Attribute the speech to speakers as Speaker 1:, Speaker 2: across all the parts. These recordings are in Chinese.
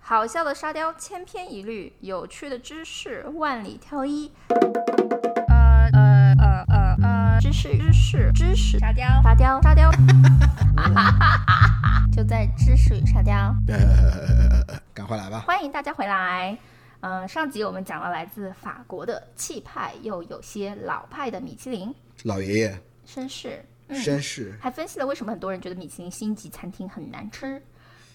Speaker 1: 好笑的沙雕千篇一律，有趣的知识万里挑一。呃呃呃呃呃，知识知识知识
Speaker 2: 沙雕
Speaker 1: 沙雕沙雕，就在知识与沙雕。
Speaker 3: 呃，赶快来吧。
Speaker 1: 欢迎大家回来。嗯，上集我们讲了来自法国的气派又有些老派的米其林
Speaker 3: 老爷爷，
Speaker 1: 绅士，
Speaker 3: 绅士，
Speaker 1: 还分析了为什么很多人觉得米其林星级餐厅很难吃。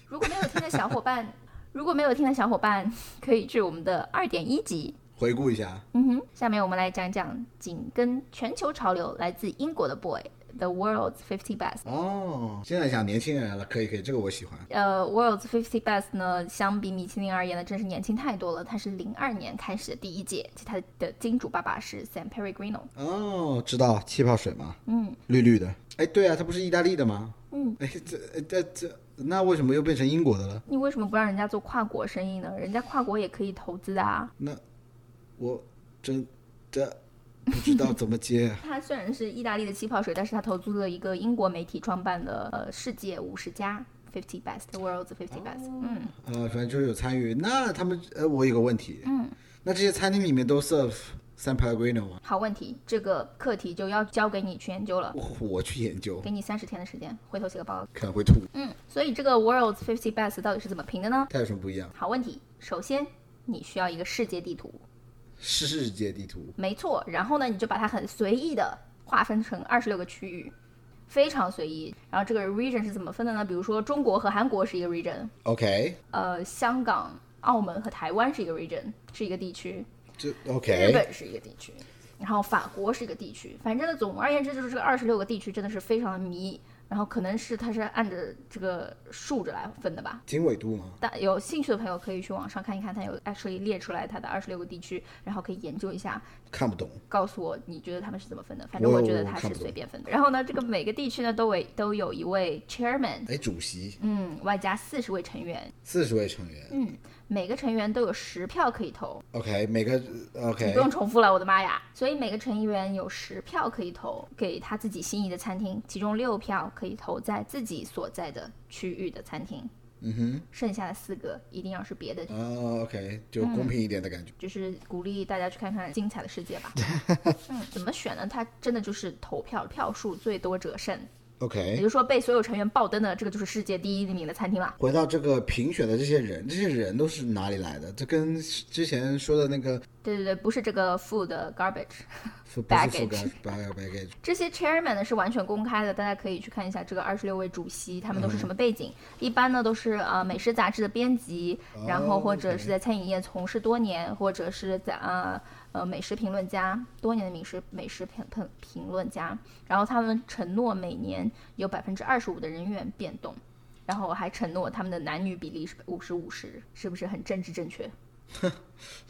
Speaker 1: 如果没有听的小伙伴，如果没有听的小伙伴，可以去我们的二点一集。
Speaker 3: 回顾一下，
Speaker 1: 嗯哼，下面我们来讲讲紧跟全球潮流来自英国的 Boy The World's 50 Best。
Speaker 3: 哦，现在讲年轻人了，可以可以，这个我喜欢。
Speaker 1: 呃，World's 50 Best 呢，相比米其林而言呢，真是年轻太多了。它是零二年开始的第一届，其他的金主爸爸是 Sam Pellegrino。
Speaker 3: 哦，知道气泡水吗？
Speaker 1: 嗯，
Speaker 3: 绿绿的。哎，对啊，它不是意大利的吗？
Speaker 1: 嗯，
Speaker 3: 哎，这这这，那为什么又变成英国的了？
Speaker 1: 你为什么不让人家做跨国生意呢？人家跨国也可以投资啊。。
Speaker 3: 那我真的不知道怎么接
Speaker 1: 它虽然是意大利的气泡水，但是它投资了一个英国媒体创办的呃世界五十家 Fifty Best World's Fifty Best。嗯，
Speaker 3: 呃，反正就是有参与。那他们，呃，我有个问题，嗯，那这些餐厅里面都 serve San Pellegrino 吗？
Speaker 1: 好问题，这个课题就要交给你去研究了，
Speaker 3: 我我去研究，
Speaker 1: 给你三十天的时间，回头写个报告。
Speaker 3: 看会吐。
Speaker 1: 嗯，所以这个 World's Fifty Best 到底是怎么评的呢？
Speaker 3: 它有什么不一样？
Speaker 1: 好问题，首先你需要一个世界地图，
Speaker 3: 世界地图，
Speaker 1: 没错。然后呢，你就把它很随意的划分成二十六个区域，非常随意。然后这个 region 是怎么分的呢？比如说中国和韩国是一个 region，
Speaker 3: OK，
Speaker 1: 呃，香港、澳门和台湾是一个 region，是一个地区，
Speaker 3: 就
Speaker 1: 日
Speaker 3: OK，
Speaker 1: 本是一个地区。然后法国是一个地区，反正呢，总而言之就是这个二十六个地区真的是非常的迷，然后可能是它是按着这个竖着来分的吧，
Speaker 3: 经纬度吗？
Speaker 1: 但有兴趣的朋友可以去网上看一看，它有 actually 列出来它的二十六个地区，然后可以研究一下，
Speaker 3: 看不懂。
Speaker 1: 告诉我你觉得他们是怎么分的。反正
Speaker 3: 我
Speaker 1: 我觉得
Speaker 3: 我
Speaker 1: 它
Speaker 3: 看
Speaker 1: 是
Speaker 3: 哦不
Speaker 1: 随
Speaker 3: 懂
Speaker 1: 便分的。然后呢，这个每个地区呢都为都有一位 chairman，
Speaker 3: 哎，主席，
Speaker 1: 嗯，外加四十位成员，
Speaker 3: 四十位成员、
Speaker 1: 嗯，每个成员都有十票可以投，
Speaker 3: o k 每个
Speaker 1: 你
Speaker 3: OK，
Speaker 1: 不用重复了，我的妈呀！所以每个成员有十票可以投给他自己心仪的餐厅，其中六票可以投在自己所在的区域的餐厅，
Speaker 3: 嗯
Speaker 1: 剩下的四个一定要是别的
Speaker 3: 哼，哦 OK，就
Speaker 1: 嗯
Speaker 3: 公平一点的感觉。
Speaker 1: 就是鼓励大家去看看精彩的世界 吧。嗯，怎么选呢？它真的就是投票票数最多者胜，也就
Speaker 3: OK，
Speaker 1: 是说被所有成员爆灯的这个就是世界第一名的餐厅啦。
Speaker 3: 回到这个评选的这些人，这些人都是哪里来的？这跟之前说的那个
Speaker 1: 对对对，不是这个 food garbage，
Speaker 3: 不不是
Speaker 1: Baggage
Speaker 3: 覆盖 bag baggage，
Speaker 1: 这些 chairman 呢是完全公开的，大家可以去看一下这个二十六位主席他们都是什么背景。一般呢都是呃美食杂志的编辑，然后或者是在餐饮业从事多年，或者是在呃呃美食评论家，多年的美食美食评评评论家。然后他们承诺每年有百分之二十五的人员变动，然后还承诺他们的男女比例是五十五十，是不是很政治正确？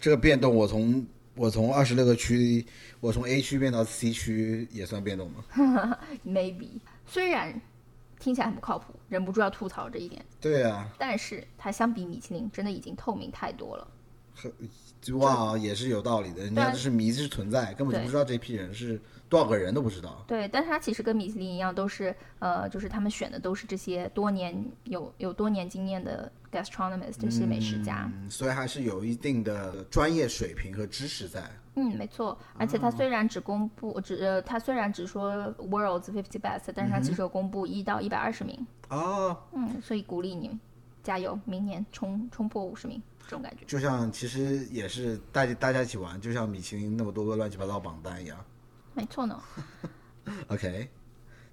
Speaker 3: 这个变动我从。我从二十六个区，我从 A 区变到 C 区也算变动吗？
Speaker 1: maybe，虽然听起来很不靠谱，忍不住要吐槽这一点，
Speaker 3: 对啊，
Speaker 1: 但是它相比米其林真的已经透明太多了。
Speaker 3: 哇，也是有道理的。人家
Speaker 1: 对啊
Speaker 3: 就是迷之存在，根本就
Speaker 1: 对
Speaker 3: 不知道这批人是多少个人都不知道。
Speaker 1: 对，但它其实跟米其林一样，都是呃，就是他们选的都是这些多年有有多年经验的 gastronomist，这些美食家。
Speaker 3: 嗯，所以还是有一定的专业水平和知识在。
Speaker 1: 嗯，没错。而且它虽然只公布只呃，它虽然只说 world's fifty best，但是它其实有公布一到一百二十名。
Speaker 3: 哦，
Speaker 1: 嗯，所以鼓励你加油，明年冲冲破五十名，这种感觉。
Speaker 3: 就像其实也是大家大家一起玩，就像米其林那么多个乱七八糟榜单一样。
Speaker 1: 没错呢。
Speaker 3: OK，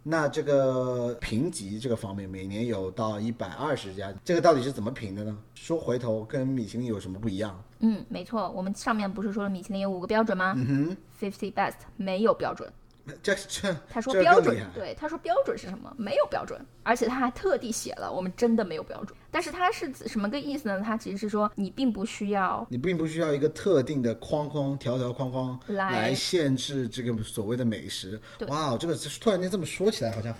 Speaker 3: 那这个评级这个方面，每年有到一百二十家，这个到底是怎么评的呢？说回头跟米其林有什么不一样？
Speaker 1: 嗯，没错，我们上面不是说了米其林有五个标准吗？嗯哼，fifty best 没有标准。
Speaker 3: 这这
Speaker 1: 他说
Speaker 3: 这
Speaker 1: 标
Speaker 3: 更
Speaker 1: 准
Speaker 3: 厉害，
Speaker 1: 对，他说标准是什么？没有标准，而且他还特地写了，我们真的没有标准。但是他是指什么个意思呢？他其实是说你并不需要，
Speaker 3: 你并不需要一个特定的框框、条条框框
Speaker 1: 来
Speaker 3: 限制这个所谓的美食。哇，这个突然间这么说起来，好像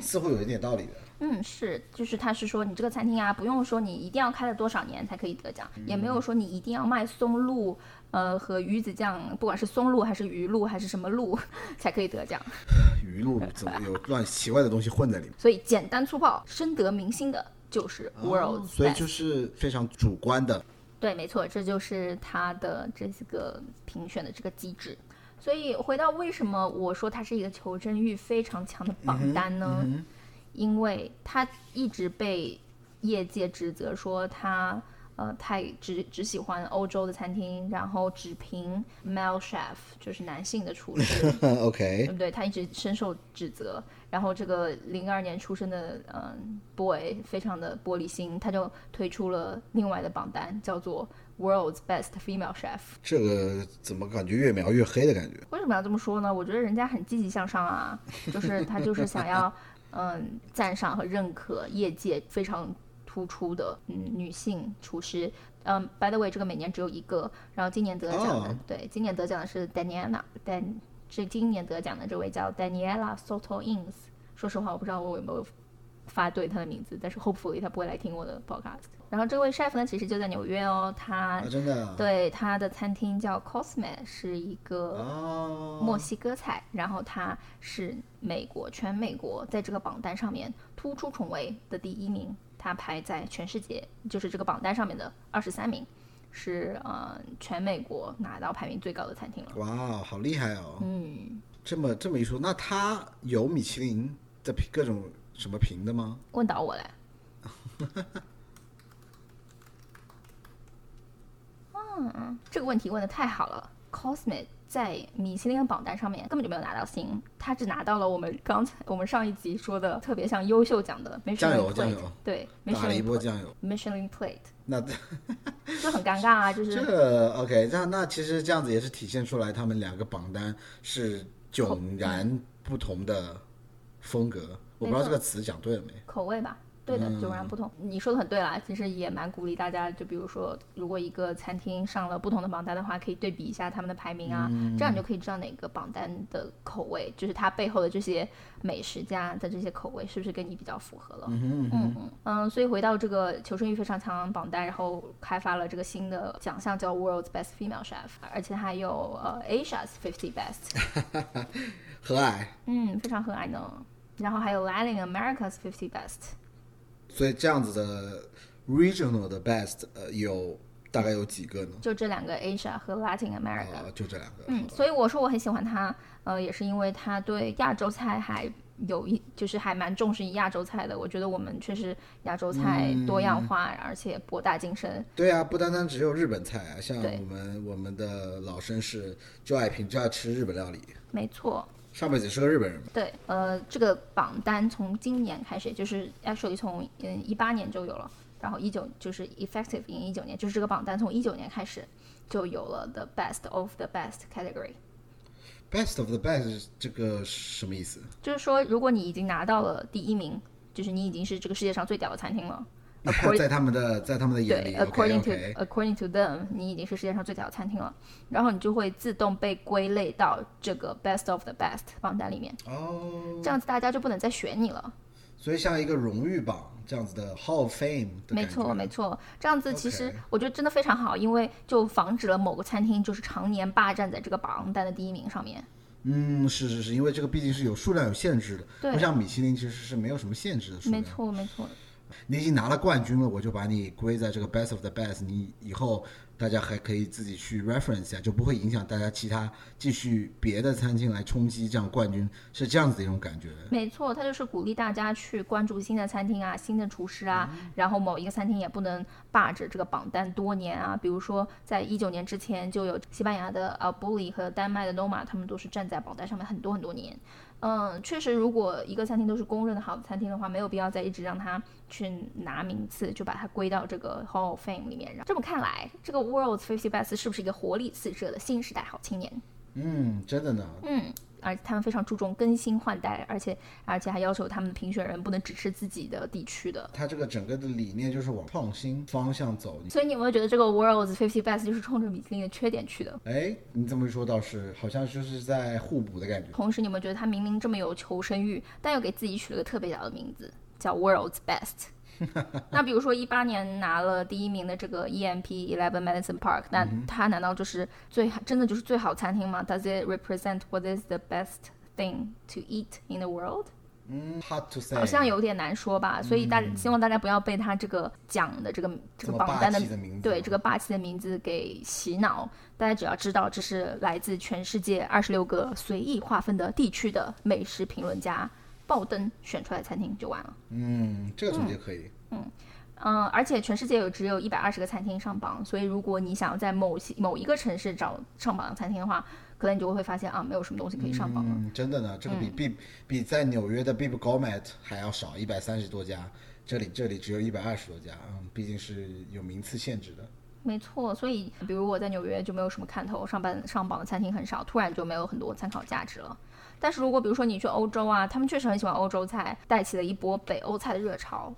Speaker 3: 似乎有一点道理的。
Speaker 1: 嗯，是，就是他是说你这个餐厅啊，不用说你一定要开了多少年才可以得奖，也
Speaker 3: 嗯
Speaker 1: 没有说你一定要卖松露，呃和鱼子酱，不管是松露还是鱼露还是什么露 才可以得奖。
Speaker 3: 鱼露怎么有乱奇怪的东西混在里面？
Speaker 1: 所以简单粗暴、深得民心的就是 World's、
Speaker 3: 哦所以就是非常主观的。
Speaker 1: 对，没错，这就是它的这个评选的这个机制。所以回到为什么我说它是一个求真欲非常强的榜单呢？
Speaker 3: 嗯
Speaker 1: 因为它一直被业界指责说它呃太只只喜欢欧洲的餐厅，然后只评 male chef 就是男性的厨师，
Speaker 3: 哼
Speaker 1: 对
Speaker 3: ，OK，
Speaker 1: 嗯不对？他一直深受指责。然后这个零二年出生的嗯 boy 非常的玻璃心，他就推出了另外的榜单，叫做 World's Best Female Chef。
Speaker 3: 这个怎么感觉越描越黑的感觉？
Speaker 1: 为什么要这么说呢？我觉得人家很积极向上啊，就是他就是想 要嗯赞赏和认可业界非常突出的嗯女性厨师。嗯，by the way，这个每年只有一个，然后今年得奖的
Speaker 3: 哦
Speaker 1: 对，今年得奖的是 Daniela，但这今年得奖的这位叫 Daniela Soto Ins。说实话，我不知道我有没有发对她的名字，但是 hopefully 她不会来听我的 podcast。然后这位 chef 呢，其实就在纽约哦，他
Speaker 3: 啊，真的啊。
Speaker 1: 对，他的餐厅叫 Cosme，是一个
Speaker 3: 哦，
Speaker 1: 墨西哥菜，然后它是美国全美国在这个榜单上面突出重围的第一名，它排在全世界就是这个榜单上面的二十三名，是呃全美国拿到排名最高的餐厅了。
Speaker 3: 哇，好厉害哦！
Speaker 1: 嗯，
Speaker 3: 这么这么一说，那他有米其林的评各种什么评的吗？
Speaker 1: 问倒我 嘞。嗯，这个问题问的太好了。Cosme 在米其林的榜单上面根本就没有拿到星，他只拿到了我们刚才我们上一集说的特别像优秀奖的 Michelin
Speaker 3: 酱油
Speaker 1: plate，
Speaker 3: 酱油
Speaker 1: 对
Speaker 3: 打了一
Speaker 1: Michelin
Speaker 3: 波
Speaker 1: plate
Speaker 3: 酱油，
Speaker 1: Michelin plate
Speaker 3: 那
Speaker 1: 就很尴尬啊， 就是
Speaker 3: 这 OK，那那其实这样子也是体现出来他们两个榜单是迥然不同的风格。我不知道这个词讲对了没？
Speaker 1: 口味吧。对的，迥
Speaker 3: 嗯
Speaker 1: 然不同。你说的很对啦，其实也蛮鼓励大家，就比如说，如果一个餐厅上了不同的榜单的话，可以对比一下他们的排名啊，
Speaker 3: 嗯
Speaker 1: 这样你就可以知道哪个榜单的口味，就是它背后的这些美食家的这些口味是不是跟你比较符合了。
Speaker 3: 嗯哼
Speaker 1: 嗯嗯嗯，所以回到这个求生欲非常强榜单，然后开发了这个新的奖项叫 World's Best Female Chef，而且还有呃 Asia's 50 Best，
Speaker 3: 和蔼，
Speaker 1: 嗯，非常和蔼呢。然后还有 Latin America's 50 Best，
Speaker 3: 所以这样子的 regional 的 best 呃有大概有几个呢？
Speaker 1: 就这两个 Asia 和 Latin
Speaker 3: 啊
Speaker 1: America。、
Speaker 3: 就这两个。
Speaker 1: 嗯，所以我说我很喜欢他，呃，也是因为他对亚洲菜还有一就是还蛮重视亚洲菜的。我觉得我们确实亚洲菜多样化，而且博大精深。
Speaker 3: 对啊，不单单只有日本菜啊，像
Speaker 1: 对
Speaker 3: 我们我们的老绅士就爱平就爱吃日本料理，
Speaker 1: 没错，
Speaker 3: 上辈子是个日本人嘛。
Speaker 1: 对，呃，这个榜单从今年开始，就是 actually 从嗯一八年就有了，然后一九就是 effective in 一九年，就是这个榜单从一九年开始就有了 the best of the best category。
Speaker 3: Best of the best 这个是什么意思？
Speaker 1: 就是说，如果你已经拿到了第一名，就是你已经是这个世界上最屌的餐厅了。According-
Speaker 3: 在他们的在他们的眼
Speaker 1: 对
Speaker 3: 里，OK
Speaker 1: ，according to
Speaker 3: OK，
Speaker 1: according to them，你已经是世界上最屌的餐厅了，然后你就会自动被归类到这个 best of the best 榜单里面，
Speaker 3: 哦，
Speaker 1: 这样子大家就不能再选你了。
Speaker 3: 所以像一个荣誉榜这样子的 Hall of Fame 的感觉
Speaker 1: 没错，没错，这样子其实
Speaker 3: OK
Speaker 1: 我觉得真的非常好，因为就防止了某个餐厅就是常年霸占在这个榜单的第一名上面。
Speaker 3: 嗯，是是是，因为这个毕竟是有数量有限制的，
Speaker 1: 对
Speaker 3: 不像米其林其实是没有什么限制的数
Speaker 1: 没
Speaker 3: 量。
Speaker 1: 错，没错，
Speaker 3: 你已经拿了冠军了，我就把你归在这个 best of the best，你以后大家还可以自己去 reference 一下，就不会影响大家其他继续别的餐厅来冲击这样冠军，是这样子的一种感觉。
Speaker 1: 没错，他就是鼓励大家去关注新的餐厅啊、新的厨师啊，然后某一个餐厅也不能霸着这个榜单多年啊。比如说，在一九年之前就有西班牙的 Albuli 和丹麦的 Noma，他们都是站在榜单上面很多很多年。嗯，确实，如果一个餐厅都是公认的好的餐厅的话，没有必要再一直让它去拿名次，就把它归到这个 Hall of Fame 里面。然后这么看来，这个 World's 50 Best 是不是一个活力四射的新时代好青年？
Speaker 3: 嗯，真的呢。
Speaker 1: 嗯，而且他们非常注重更新换代，而且而且还要求他们的评选人不能只吃自己的地区的。
Speaker 3: 它这个整个的理念就是往创新方向走。你
Speaker 1: 所以你有没有觉得这个 World's 50 Best 就是冲着米其林的缺点去的？
Speaker 3: 哎，你这么一说倒是，好像就是在互补的感觉。
Speaker 1: 同时，你有没有觉得他明明这么有求生欲，但又给自己取了个特别屌的名字，叫 World's Best？那比如说，一八年拿了第一名的这个 EMP Eleven Madison Park，那它难道就是最好真的就是最好餐厅吗？Does it represent what is the best thing to eat in the world？
Speaker 3: 嗯，hard to say，
Speaker 1: 好像有点难说
Speaker 3: 嗯
Speaker 1: 吧，所以大希望大家不要被他这个奖的这个这
Speaker 3: 这
Speaker 1: 个
Speaker 3: 么
Speaker 1: 榜
Speaker 3: 霸
Speaker 1: 单的
Speaker 3: 气的名字，
Speaker 1: 对这个霸气的名字给洗脑。大家只要知道这是来自全世界二十六个随意划分的地区的美食评论家爆灯选出来的餐厅就完了。
Speaker 3: 嗯，这个总结可以，
Speaker 1: 嗯，而且全世界有只有一百二十个餐厅上榜，所以如果你想要在某些某一个城市找上榜的餐厅的话，可能你就会发现啊，没有什么东西可以上榜了。
Speaker 3: 嗯，真的呢，这个比 Bib、比在纽约的 Bib Gourmet 还要少，一百三十多家，这里这里只有一百二十多家，嗯，毕竟是有名次限制的。
Speaker 1: 没错，所以比如我在纽约就没有什么看头，上班上榜的餐厅很少，突然就没有很多参考价值了。但是如果比如说你去欧洲啊，他们确实很喜欢欧洲菜，带起了一波北欧菜的热潮，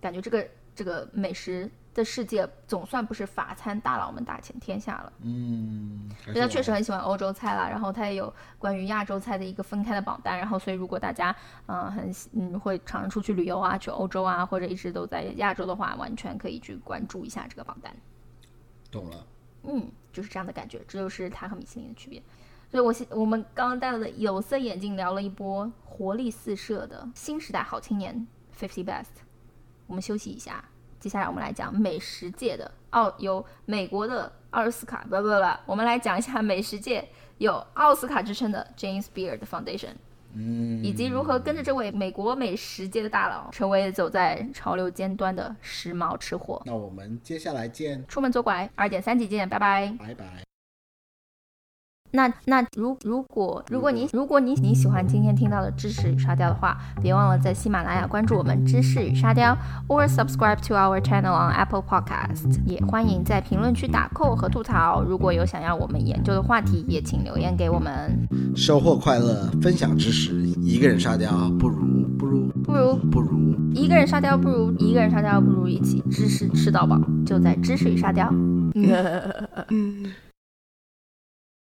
Speaker 1: 感觉这个这个美食的世界总算不是法餐大佬们打前天下了。
Speaker 3: 嗯，而
Speaker 1: 大家
Speaker 3: 且
Speaker 1: 确实很喜欢欧洲菜啦，然后它也有关于亚洲菜的一个分开的榜单，然后所以如果大家嗯、呃很喜嗯会常常出去旅游啊，去欧洲啊，或者一直都在亚洲的话，完全可以去关注一下这个榜单。
Speaker 3: 懂了。
Speaker 1: 嗯，就是这样的感觉，这就是它和米其林的区别。所以我现我们刚刚戴了有色眼镜聊了一波活力四射的新时代好青年 Fifty Best，我们休息一下，接下来我们来讲美食界的奥有美国的奥斯卡，不不不，我们来讲一下美食界有奥斯卡之称的 James Beard Foundation，
Speaker 3: 嗯，
Speaker 1: 以及如何跟着这位美国美食界的大佬，成为走在潮流尖端的时髦吃货。
Speaker 3: 那我们接下来见，
Speaker 1: 出门左拐，二点三集见，拜拜。
Speaker 3: 拜拜。
Speaker 1: 那那如如果如果你如果你你喜欢今天听到的知识与沙雕的话，别忘了在喜马拉雅关注我们知识与沙雕，or subscribe to our channel on Apple Podcast。也欢迎在评论区打扣和吐槽。如果有想要我们研究的话题，也请留言给我们。
Speaker 3: 收获快乐，分享知识，一个人沙雕不如不如
Speaker 1: 不如
Speaker 3: 不如
Speaker 1: 一个人沙雕，不如一个人沙雕，不如一起知识吃到饱，就在知识与沙雕。